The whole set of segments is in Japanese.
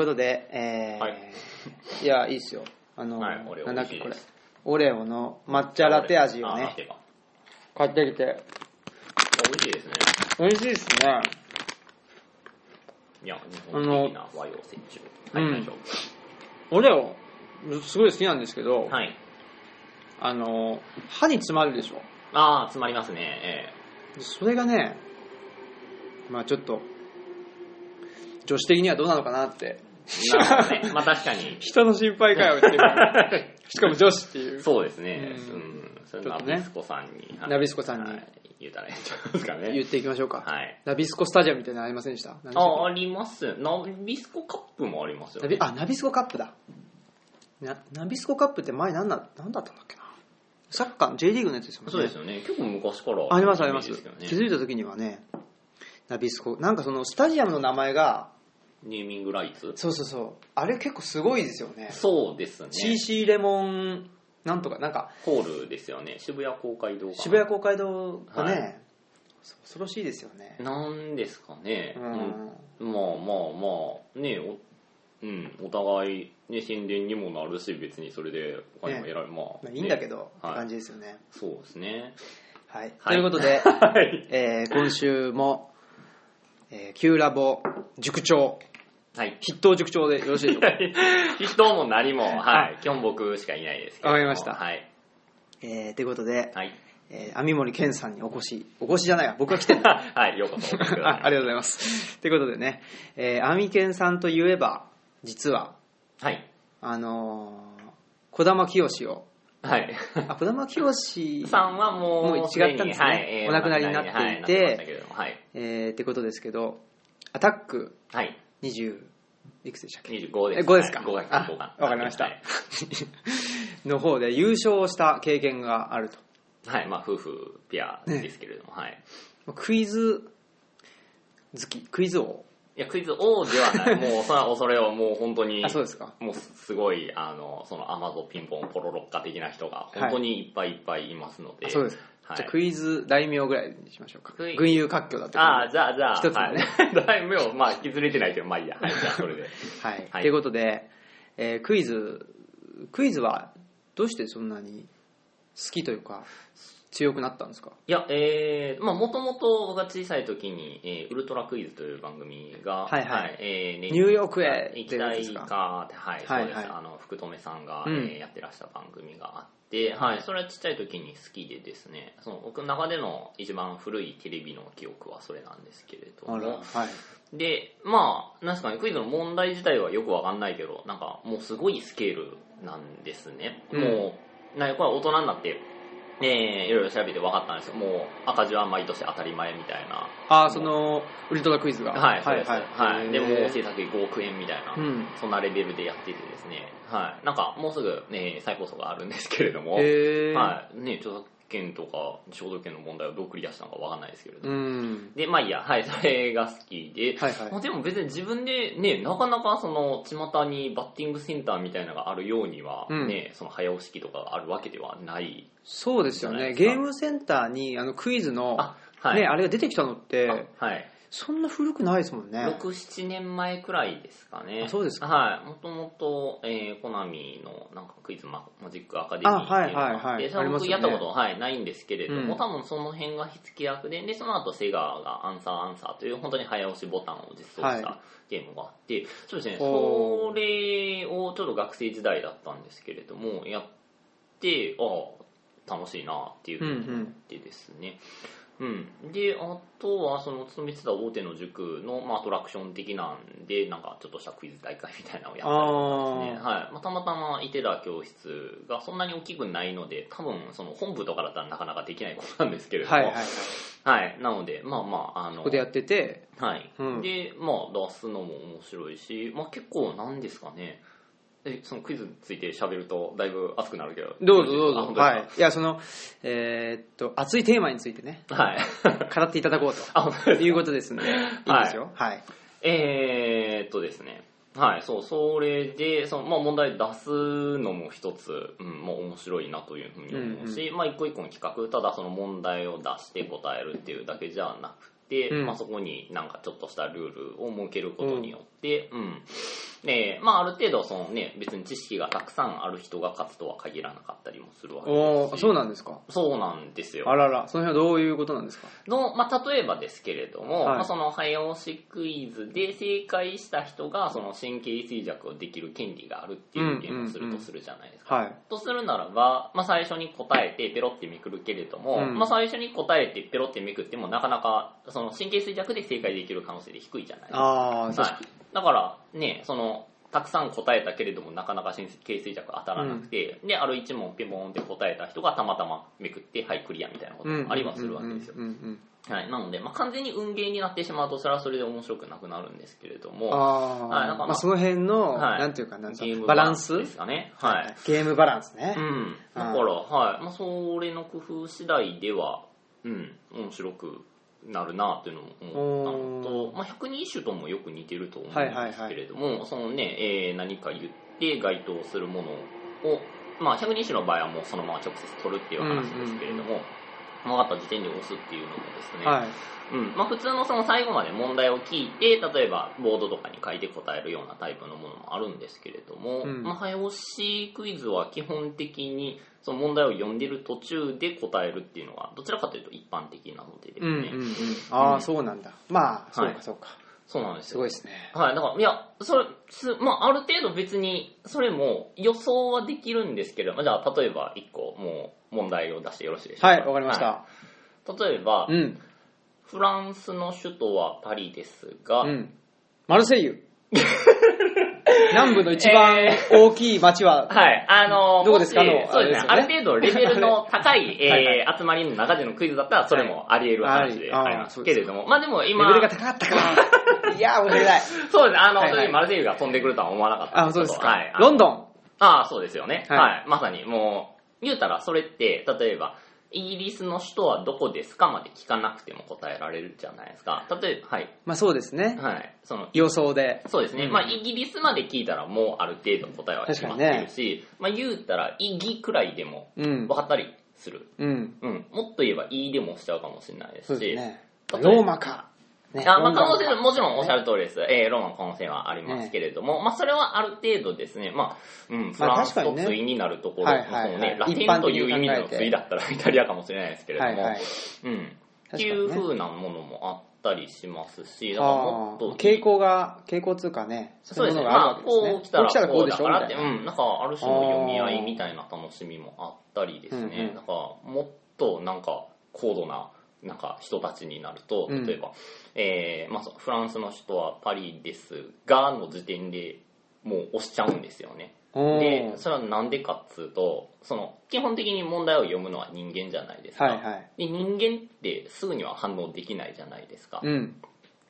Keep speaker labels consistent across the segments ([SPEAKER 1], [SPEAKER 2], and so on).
[SPEAKER 1] ということで、えー
[SPEAKER 2] はいい、
[SPEAKER 1] や、いいっすよ。あの、
[SPEAKER 2] はいオレオ
[SPEAKER 1] なんだっけ、
[SPEAKER 2] 美
[SPEAKER 1] これ
[SPEAKER 2] 味しいです。
[SPEAKER 1] オレオの抹茶ラテ味を
[SPEAKER 2] あラ
[SPEAKER 1] ね、
[SPEAKER 2] テか
[SPEAKER 1] 買ってきて。
[SPEAKER 2] 美味しいですね。
[SPEAKER 1] 美味しいっすね。
[SPEAKER 2] いや、日本的な和洋折衷。
[SPEAKER 1] あ
[SPEAKER 2] は
[SPEAKER 1] の
[SPEAKER 2] い、
[SPEAKER 1] うん
[SPEAKER 2] 大丈
[SPEAKER 1] オレオ、すごい好きなんですけど、
[SPEAKER 2] 夫はい。
[SPEAKER 1] あの、歯に詰まるでしょ。
[SPEAKER 2] ああ、詰まりますね。
[SPEAKER 1] それがね、まあちょっと、女子的にはどうなのかなって。
[SPEAKER 2] ええなるほど ね。まあ確かに。
[SPEAKER 1] 人の心配かよっていうか しかも女子っていう。
[SPEAKER 2] そうですね。
[SPEAKER 1] う
[SPEAKER 2] うんん。それ
[SPEAKER 1] ちょっ
[SPEAKER 2] ナ
[SPEAKER 1] とね
[SPEAKER 2] ビスコさんに。はい
[SPEAKER 1] ナビスコさんに
[SPEAKER 2] はい言うたらいいんちゃうんですか
[SPEAKER 1] 言っ
[SPEAKER 2] ね。
[SPEAKER 1] ていきましょうか。
[SPEAKER 2] はい。
[SPEAKER 1] ナビスコスタジアムみたいなのありませんでした何でしたっけ
[SPEAKER 2] あ、あります。ナビスコカップもありますよ
[SPEAKER 1] ナ
[SPEAKER 2] ね
[SPEAKER 1] ビ。あナビスコカップだなナビスコカップって前何な何だったんだっけなサッカー J リーグのやつですもんね
[SPEAKER 2] そうですよね。結構昔から
[SPEAKER 1] ありますあります
[SPEAKER 2] イメー
[SPEAKER 1] 気
[SPEAKER 2] ジですけどね
[SPEAKER 1] づいた時にはねナビスコなんかそのスタジアムの名前が
[SPEAKER 2] ネーミングライツ
[SPEAKER 1] そうそうそうあれ結構すごいですよね
[SPEAKER 2] そうですね。
[SPEAKER 1] CC レモンなんとかなんか
[SPEAKER 2] ホールですよね。渋谷公会堂かな
[SPEAKER 1] 渋谷公会堂がね、
[SPEAKER 2] は
[SPEAKER 1] 恐ろしいですよね
[SPEAKER 2] なんですかね。
[SPEAKER 1] う、
[SPEAKER 2] うんん。まあまあまあ、ねお、うん、お互い、ね、宣伝にもなるし、別にそれでお金も得られ、まあ、
[SPEAKER 1] まあいいんだ
[SPEAKER 2] ね
[SPEAKER 1] けど、って感じですよね
[SPEAKER 2] そうですね。
[SPEAKER 1] はい、
[SPEAKER 2] はい
[SPEAKER 1] ということで、
[SPEAKER 2] はい。
[SPEAKER 1] えー今週も、えー、Q ラボ塾長
[SPEAKER 2] はい。
[SPEAKER 1] 筆頭塾長でよろしいでしょうか
[SPEAKER 2] 人も何も、
[SPEAKER 1] は
[SPEAKER 2] はい。今日僕しかいないですけども。
[SPEAKER 1] わかりました
[SPEAKER 2] はい。
[SPEAKER 1] えーということで、
[SPEAKER 2] はい。
[SPEAKER 1] えー網森健さんにお越しお越しじゃないわ僕が来てる
[SPEAKER 2] はい、ようこそお越しくださ。
[SPEAKER 1] あありがとうございますということでね、えー、網健さんといえば実はい
[SPEAKER 2] はい。
[SPEAKER 1] あのー、児玉清を
[SPEAKER 2] はい。
[SPEAKER 1] あ児玉清
[SPEAKER 2] さんはもう、
[SPEAKER 1] もう違ったんですね
[SPEAKER 2] はいえー
[SPEAKER 1] お亡くなりになっていて
[SPEAKER 2] はいなってましたけれどもはい。
[SPEAKER 1] えーってことですけどアタック
[SPEAKER 2] はい。
[SPEAKER 1] 20いくつでしたっけ
[SPEAKER 2] 25です。
[SPEAKER 1] え5ですか
[SPEAKER 2] はい5
[SPEAKER 1] あ
[SPEAKER 2] が5が。
[SPEAKER 1] わかりました
[SPEAKER 2] はい。
[SPEAKER 1] の方で優勝した経験があると
[SPEAKER 2] はいまあ、夫婦ペアですけれども、はい。
[SPEAKER 1] まあクイズ好きクイズ王
[SPEAKER 2] いや、クイズ王では ない。もう、それは恐れを、もう本当に。
[SPEAKER 1] あそうですか
[SPEAKER 2] もうすごい、あの、そのアマゾンピンポンポロロッカ的な人が
[SPEAKER 1] い
[SPEAKER 2] 本当にいっぱいいっぱいいますので。
[SPEAKER 1] あそうですか
[SPEAKER 2] はい
[SPEAKER 1] じゃあクイズ大名ぐらいにしましょうか
[SPEAKER 2] クイズ
[SPEAKER 1] 群雄割拠だってことで
[SPEAKER 2] ああ、じゃあ、じゃあ、
[SPEAKER 1] 一つのね
[SPEAKER 2] はい、 だいぶよ、まあ、引きずれてないけど、まあいいや。はい、じゃあ、そ れで。
[SPEAKER 1] はい。と、
[SPEAKER 2] はい
[SPEAKER 1] い、うことで、えークイズ、クイズはどうしてそんなに好きというか、強くなったんですか
[SPEAKER 2] いや、えー、まあ、もともと僕が小さい時に、えー、ウルトラクイズという番組が、
[SPEAKER 1] はいはい
[SPEAKER 2] えーね
[SPEAKER 1] ニューヨークへ
[SPEAKER 2] 行きたいかって、はい、そうです。
[SPEAKER 1] はいはい
[SPEAKER 2] あの、福留さんが、
[SPEAKER 1] うん
[SPEAKER 2] えーやってらした番組があって、はい、それはちっちゃい時に好きでですね、その僕の中での一番古いテレビの記憶はそれなんですけれども、
[SPEAKER 1] はい。
[SPEAKER 2] で、まあ、なんですかね、クイズの問題自体はよくわかんないけど、なんかもうすごいスケールなんですね。
[SPEAKER 1] うん
[SPEAKER 2] もう、なんかこれは大人になって、えー、いろいろ調べて分かったんですよ。もう赤字は毎年当たり前みたいな。
[SPEAKER 1] ああ、その、ウルトラクイズが。
[SPEAKER 2] はい、そうです。はい。で、もう制
[SPEAKER 1] え
[SPEAKER 2] 作費5億円みたいな、
[SPEAKER 1] ーうん。
[SPEAKER 2] そんなレベルでやっててですね。はい。なんかもうすぐ、ね、再放送があるんですけれども、
[SPEAKER 1] へえ。
[SPEAKER 2] はい。ね、著作権とか肖像権の問題をどうクリアしたのかわかんないですけれども。
[SPEAKER 1] うん。
[SPEAKER 2] で、まあいいや、はい、それが好きで、
[SPEAKER 1] はいはい
[SPEAKER 2] まあ、でも別に自分でね、なかなかその、巷にバッティングセンターみたいなのがあるようには、
[SPEAKER 1] うん
[SPEAKER 2] ね、その早押し機とかがあるわけではない。
[SPEAKER 1] そうですよ
[SPEAKER 2] じゃな
[SPEAKER 1] ね。
[SPEAKER 2] いです
[SPEAKER 1] ゲー
[SPEAKER 2] か
[SPEAKER 1] ムセンターにあのクイズの、
[SPEAKER 2] あ、はい。
[SPEAKER 1] ね、あれが出てきたのって、
[SPEAKER 2] あはい。
[SPEAKER 1] そんな古くないですもんね。
[SPEAKER 2] 6、7年前くらいですかね。
[SPEAKER 1] あそうですか
[SPEAKER 2] はい。もともと、えー、コナミのなんかクイズママジックアカデミ
[SPEAKER 1] あ
[SPEAKER 2] ーって
[SPEAKER 1] はい
[SPEAKER 2] いうのがあって、
[SPEAKER 1] はいはい
[SPEAKER 2] それ
[SPEAKER 1] あり
[SPEAKER 2] は
[SPEAKER 1] ますよ
[SPEAKER 2] 僕や
[SPEAKER 1] ね
[SPEAKER 2] ったことは、はい、ないんですけれども、
[SPEAKER 1] うん
[SPEAKER 2] 多分その辺が火付け役で、で、その後セガがアンサーアンサーという本当に早押しボタンを実装し
[SPEAKER 1] は
[SPEAKER 2] たゲームがあって、そうですね、
[SPEAKER 1] ほ
[SPEAKER 2] それをちょっと学生時代だったんですけれども、やって、ああ、楽しいなっていうふうに思ってですね、うん、であとはその勤めてた大手の塾の、まあ、アトラクション的なんでなんかちょっとしたクイズ大会みたいなのをやったりとかですね
[SPEAKER 1] ああ、
[SPEAKER 2] はいまあ、たまたまいてた教室がそんなに大きくないので多分その本部とかだったらなかなかできないことなんですけれども
[SPEAKER 1] はいはいはい。
[SPEAKER 2] はいなのでまあまああ
[SPEAKER 1] こ
[SPEAKER 2] の
[SPEAKER 1] こでやってて、
[SPEAKER 2] はい、
[SPEAKER 1] うん
[SPEAKER 2] でまあ出すのも面白いし、まあ、結構なんですかねえそのクイズについて喋るとだいぶ熱くなるけど
[SPEAKER 1] どうぞどう
[SPEAKER 2] あ
[SPEAKER 1] ぞ。
[SPEAKER 2] 本当
[SPEAKER 1] は
[SPEAKER 2] で
[SPEAKER 1] い。いや、その、えーっと、熱いテーマについてね、
[SPEAKER 2] すかはい
[SPEAKER 1] 語っていただこうと。
[SPEAKER 2] あ本当ですか
[SPEAKER 1] いうこと ですので、いいですよ。はい。
[SPEAKER 2] えー、っとですね。はい、そう、それで、その、まあ、問題出すのも一つ、うん、まあ、面白いなというふうに思うし、まあ、一個一個の企画、ただその問題を出して答えるっていうだけじゃなくて、
[SPEAKER 1] うん
[SPEAKER 2] まあ、そこになんかちょっとしたルールを設けることによって、うん、えーまあ、ある程度その、ね、別に知識がたくさんある人が勝つとは限らなかったりもするわけ
[SPEAKER 1] お
[SPEAKER 2] で
[SPEAKER 1] お
[SPEAKER 2] すし
[SPEAKER 1] そうなんですか
[SPEAKER 2] そうなんですよ
[SPEAKER 1] あららその辺はどういうことなんですか
[SPEAKER 2] の、まあ、例えばですけれども、
[SPEAKER 1] はい
[SPEAKER 2] まあ、その早押しクイズで正解した人がその神経衰弱をできる権利があるっていうゲームをするとするじゃないですか。
[SPEAKER 1] はい
[SPEAKER 2] とするならば、まあ、最初に答えてペロってめくるけれども、
[SPEAKER 1] うん
[SPEAKER 2] まあ、最初に答えてペロってめくってもなかなかその神経衰弱で正解できる可能性で低いじゃないですか。
[SPEAKER 1] ああ確
[SPEAKER 2] は
[SPEAKER 1] か
[SPEAKER 2] い、だからねそのたくさん答えたけれどもなかなか神経衰弱当たらなくて、である一問ピンポンって答えた人がたまたまめくってはいクリアみたいなこと
[SPEAKER 1] にうん
[SPEAKER 2] もありはするわけですよ、
[SPEAKER 1] うんうんうん
[SPEAKER 2] はい、なので、まあ、完全に運ゲーになってしまうとそれはそれで面白くなくなるんですけれども
[SPEAKER 1] あ
[SPEAKER 2] はいな
[SPEAKER 1] あ
[SPEAKER 2] んかまあ
[SPEAKER 1] まあその辺の
[SPEAKER 2] はい
[SPEAKER 1] なんていうかな
[SPEAKER 2] ゲーム
[SPEAKER 1] バランス
[SPEAKER 2] ですかねはい、
[SPEAKER 1] ゲームバランスね
[SPEAKER 2] うんだから、はいまあ、それの工夫次第ではうん面白くなるなというのも思ったのと、まあ、百人一首ともよく似てると思うんですけれども、そのね、えー何か言って該当するものを、まあ、百人一首の場合はもうそのまま直接取るっていう話ですけれども、分かった時点で押すっていうのもですね、
[SPEAKER 1] はい
[SPEAKER 2] うんまあ、普通のその最後まで問題を聞いて例えばボードとかに書いて答えるようなタイプのものもあるんですけれども、
[SPEAKER 1] うん
[SPEAKER 2] まあ、早押しクイズは基本的にその問題を読んでる途中で答えるっていうのがどちらかというと一般的なのでで
[SPEAKER 1] う
[SPEAKER 2] すね、
[SPEAKER 1] んうんうんあ
[SPEAKER 2] う
[SPEAKER 1] あ
[SPEAKER 2] ん
[SPEAKER 1] そうなんだまあそう
[SPEAKER 2] は
[SPEAKER 1] か
[SPEAKER 2] い
[SPEAKER 1] そうか
[SPEAKER 2] そうなんです
[SPEAKER 1] す
[SPEAKER 2] よ
[SPEAKER 1] ごいですね
[SPEAKER 2] はい、だから、いや、それ、すまあ、ある程度別に、それも予想はできるんですけれども、じゃあ、例えば一個、もう、問題を出してよろしいでしょうか。
[SPEAKER 1] はいわかりまし
[SPEAKER 2] は
[SPEAKER 1] た
[SPEAKER 2] い。例えば、
[SPEAKER 1] うん
[SPEAKER 2] フランスの首都はパリですが、
[SPEAKER 1] うんマルセイ ユ南部の一番大きい町は
[SPEAKER 2] はい、あの、
[SPEAKER 1] どうですか
[SPEAKER 2] もし
[SPEAKER 1] あの
[SPEAKER 2] そうですね
[SPEAKER 1] あ
[SPEAKER 2] あ
[SPEAKER 1] れ
[SPEAKER 2] る
[SPEAKER 1] です
[SPEAKER 2] 程度レベルの高い、
[SPEAKER 1] はいは
[SPEAKER 2] えー集まりの中でのクイズだったら、それもあり得る話で
[SPEAKER 1] はい
[SPEAKER 2] ありま
[SPEAKER 1] あー
[SPEAKER 2] すけれども、まあでも
[SPEAKER 1] レ
[SPEAKER 2] 今
[SPEAKER 1] ベ、ルが高かった かいやー面白い
[SPEAKER 2] そうですね、あの、
[SPEAKER 1] はいはい
[SPEAKER 2] 本当にマルセイユが飛んでくるとは思わなかった
[SPEAKER 1] あそうです
[SPEAKER 2] は
[SPEAKER 1] か
[SPEAKER 2] い、
[SPEAKER 1] ロンドン
[SPEAKER 2] ああ、そうですよね。
[SPEAKER 1] は
[SPEAKER 2] はいい。まさに、もう、言うたらそれって、例えば、イギリスの首都はどこですかまで聞かなくても答えられるじゃないですか。例えば、はい。
[SPEAKER 1] まあそうですね
[SPEAKER 2] はい。その、
[SPEAKER 1] 予想で
[SPEAKER 2] そうですね。
[SPEAKER 1] うん
[SPEAKER 2] まあ、イギリスまで聞いたらもうある程度答えは決まってるし、まあ、言うたら、イギくらいでも
[SPEAKER 1] うん
[SPEAKER 2] 分かったりする。
[SPEAKER 1] うん
[SPEAKER 2] うん。もっと言えば、イでもしちゃうかもしれないで
[SPEAKER 1] そ
[SPEAKER 2] す
[SPEAKER 1] う
[SPEAKER 2] し、
[SPEAKER 1] ですね
[SPEAKER 2] 例えば
[SPEAKER 1] ローマかね
[SPEAKER 2] あま
[SPEAKER 1] ロ
[SPEAKER 2] あ、
[SPEAKER 1] ンドン
[SPEAKER 2] 可能性はもちろんおっしゃる通りです。えーローマの可能性はありますけれども、まあ、それはある程度ですね、まあ、うん、フラン
[SPEAKER 1] 確
[SPEAKER 2] ス
[SPEAKER 1] か
[SPEAKER 2] と
[SPEAKER 1] にね
[SPEAKER 2] 対になるところ、
[SPEAKER 1] はいはいはい
[SPEAKER 2] そのね、ラ
[SPEAKER 1] 一
[SPEAKER 2] テ
[SPEAKER 1] 般的
[SPEAKER 2] ンと
[SPEAKER 1] に
[SPEAKER 2] いう意味での対だったらイタリアかもしれないですけれど
[SPEAKER 1] はい
[SPEAKER 2] も、
[SPEAKER 1] はい
[SPEAKER 2] うん、
[SPEAKER 1] か
[SPEAKER 2] っ
[SPEAKER 1] に
[SPEAKER 2] て
[SPEAKER 1] ね
[SPEAKER 2] いう風なものもあったりしますし、だからも
[SPEAKER 1] あ
[SPEAKER 2] っ
[SPEAKER 1] あ
[SPEAKER 2] と、
[SPEAKER 1] 傾向が傾向つうかね
[SPEAKER 2] そうですね、
[SPEAKER 1] いものが
[SPEAKER 2] まあ、こう来た
[SPEAKER 1] こう
[SPEAKER 2] ら
[SPEAKER 1] 来たらこ
[SPEAKER 2] こ
[SPEAKER 1] う
[SPEAKER 2] う
[SPEAKER 1] で
[SPEAKER 2] だ
[SPEAKER 1] し
[SPEAKER 2] か
[SPEAKER 1] ょみ
[SPEAKER 2] ら
[SPEAKER 1] た
[SPEAKER 2] っ
[SPEAKER 1] い
[SPEAKER 2] て、
[SPEAKER 1] な
[SPEAKER 2] うん、なんかある種の読み合いみたいな楽しみもあったりです
[SPEAKER 1] うんう
[SPEAKER 2] ね
[SPEAKER 1] ん、
[SPEAKER 2] なんかもっとなんか高度ななんか人たちになると、
[SPEAKER 1] うん
[SPEAKER 2] 例えば、えーまあ、そうフランスの首都はパリですがの時点でもう押しちゃうんですよね。
[SPEAKER 1] お
[SPEAKER 2] で、
[SPEAKER 1] ー
[SPEAKER 2] それはなんでかっつうと、その基本的に問題を読むのは人間じゃないですか。
[SPEAKER 1] はいはい
[SPEAKER 2] で人間ってすぐには反応できないじゃないですか。
[SPEAKER 1] うん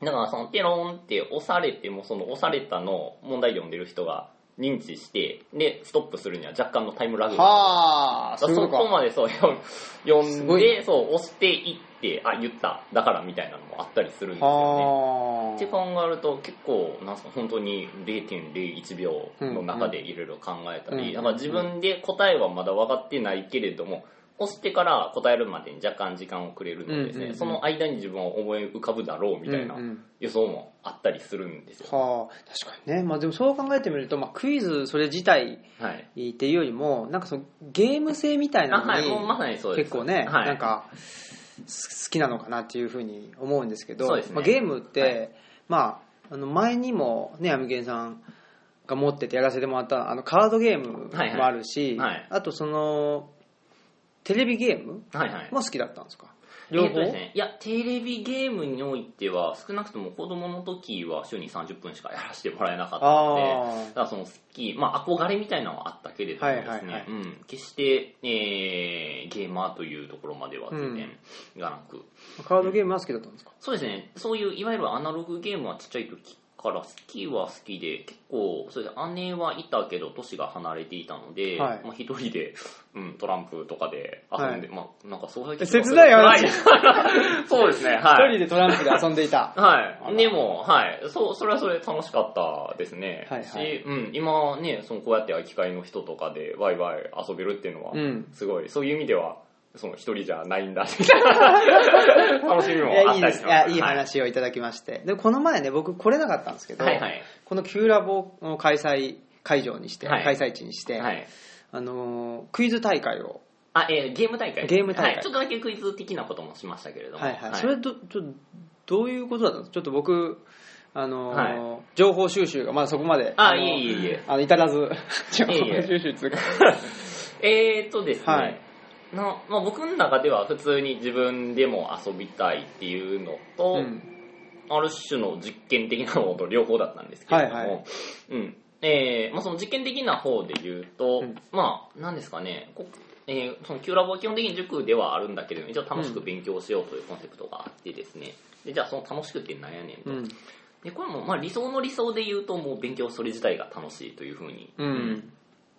[SPEAKER 2] だからそのペロンって押されてもその押されたのを問題読んでる人が認知してでストップするには若干のタイムラグがある
[SPEAKER 1] はあ
[SPEAKER 2] だ
[SPEAKER 1] そ
[SPEAKER 2] か
[SPEAKER 1] うい
[SPEAKER 2] ら
[SPEAKER 1] う
[SPEAKER 2] そ
[SPEAKER 1] こ
[SPEAKER 2] こと
[SPEAKER 1] か
[SPEAKER 2] までそう読読
[SPEAKER 1] す
[SPEAKER 2] ん
[SPEAKER 1] ごい
[SPEAKER 2] でそう押していってあ言っただからみたいなのもあったりするんですよね。
[SPEAKER 1] はあ
[SPEAKER 2] って考えると結構なんすか本当に0.01秒の中でいろいろ考えた
[SPEAKER 1] うんうん
[SPEAKER 2] りだから自分で答えはまだ分かってないけれども押してから答えるまでに若干時間をくれるのでです
[SPEAKER 1] うんうんう
[SPEAKER 2] ね
[SPEAKER 1] ん
[SPEAKER 2] その間に自分は思い浮かぶだろうみたいな
[SPEAKER 1] うんうん
[SPEAKER 2] 予想もあったりするんですよ。
[SPEAKER 1] はあ確かにねまあでもそう考えてみるとまあクイズそれ自体
[SPEAKER 2] はい。
[SPEAKER 1] っていうよりもなんかそのゲーム性みたい
[SPEAKER 2] あ、
[SPEAKER 1] な
[SPEAKER 2] はい、もう
[SPEAKER 1] の
[SPEAKER 2] まさにそう
[SPEAKER 1] に
[SPEAKER 2] です。
[SPEAKER 1] 結構ね
[SPEAKER 2] はい、
[SPEAKER 1] なんかす好きなのかなっていうふうに思うんですけど
[SPEAKER 2] そうですね
[SPEAKER 1] まあゲームっ
[SPEAKER 2] は
[SPEAKER 1] てまああの前にもねアミゲンさんが持っててやらせてもらったあのカードゲーム
[SPEAKER 2] はいはい
[SPEAKER 1] もあるし
[SPEAKER 2] はい
[SPEAKER 1] あとそのテレビゲーム
[SPEAKER 2] はいはい。
[SPEAKER 1] も好きだったんですか両
[SPEAKER 2] えー
[SPEAKER 1] 方
[SPEAKER 2] とですね、いや、テレビゲームにおいては、少なくとも子供の時は週に30分しかやらせてもらえなかったので、
[SPEAKER 1] あ
[SPEAKER 2] だからその好き、まあ、憧れみたいなのはあったけれどもですね、
[SPEAKER 1] はいはいはい
[SPEAKER 2] うん、決して、えーゲーマーというところまでは全然いかなく、
[SPEAKER 1] あカードゲームは好きだったんですか
[SPEAKER 2] そうですねそういういわゆるアナログゲームはちっちゃい時から好きは好きで結構そうですね姉はいたけど年が離れていたので、
[SPEAKER 1] はい
[SPEAKER 2] まあ、一人で、 うん、トランプとかで遊んで、まあなんかそういう時
[SPEAKER 1] 切ない 話
[SPEAKER 2] 暗いそうですねはい
[SPEAKER 1] 一人でトランプで遊んでいた
[SPEAKER 2] はい。でも、はい。そう、それはそれで楽しかったですね。
[SPEAKER 1] はいはい
[SPEAKER 2] し、うん、今 ね、そのこうやって空き会の人とかでワイワイ遊べるっていうのは、
[SPEAKER 1] うん
[SPEAKER 2] すごい、そういう意味では、その一人じゃな いんだみたいな楽しみ
[SPEAKER 1] い
[SPEAKER 2] も
[SPEAKER 1] や
[SPEAKER 2] あ
[SPEAKER 1] い
[SPEAKER 2] っ
[SPEAKER 1] い
[SPEAKER 2] た
[SPEAKER 1] で
[SPEAKER 2] りし
[SPEAKER 1] す
[SPEAKER 2] ます
[SPEAKER 1] いやいい
[SPEAKER 2] はい
[SPEAKER 1] 話をいただきまして、でこの前ね僕来れなかったんですけど、
[SPEAKER 2] はいはい
[SPEAKER 1] この Q ラボを開催会場にして、
[SPEAKER 2] はい
[SPEAKER 1] 開催地にして、
[SPEAKER 2] はい
[SPEAKER 1] あのークイズ大会を、
[SPEAKER 2] あ、えーゲーム大会。
[SPEAKER 1] ゲーム大会
[SPEAKER 2] はい。ちょっとだけクイズ的なこともしましたけれども。
[SPEAKER 1] はいはいそれどどどういうことだったんですかちょっと僕、あのー情報収集がまだそこまで
[SPEAKER 2] あ
[SPEAKER 1] の
[SPEAKER 2] いえいえ いえ
[SPEAKER 1] あの至らず情報
[SPEAKER 2] いえいえ
[SPEAKER 1] 収集つうか
[SPEAKER 2] えーっとですね、
[SPEAKER 1] はい
[SPEAKER 2] なまあ、僕の中では普通に自分でも遊びたいっていうのと、
[SPEAKER 1] うん
[SPEAKER 2] ある種の実験的なものと両方だったんですけれども、
[SPEAKER 1] はいはい
[SPEAKER 2] うんえーまあ、その実験的な方で言うと、
[SPEAKER 1] うん
[SPEAKER 2] まあなんですかねこえーその Q ラボは基本的に塾ではあるんだけれども一応楽しく勉強しようというコンセプトがあってですねでじゃあその楽しくってなんやねんと、
[SPEAKER 1] うん
[SPEAKER 2] でこれもまあ理想の理想で言うともう勉強それ自体が楽しいというふうに、
[SPEAKER 1] うん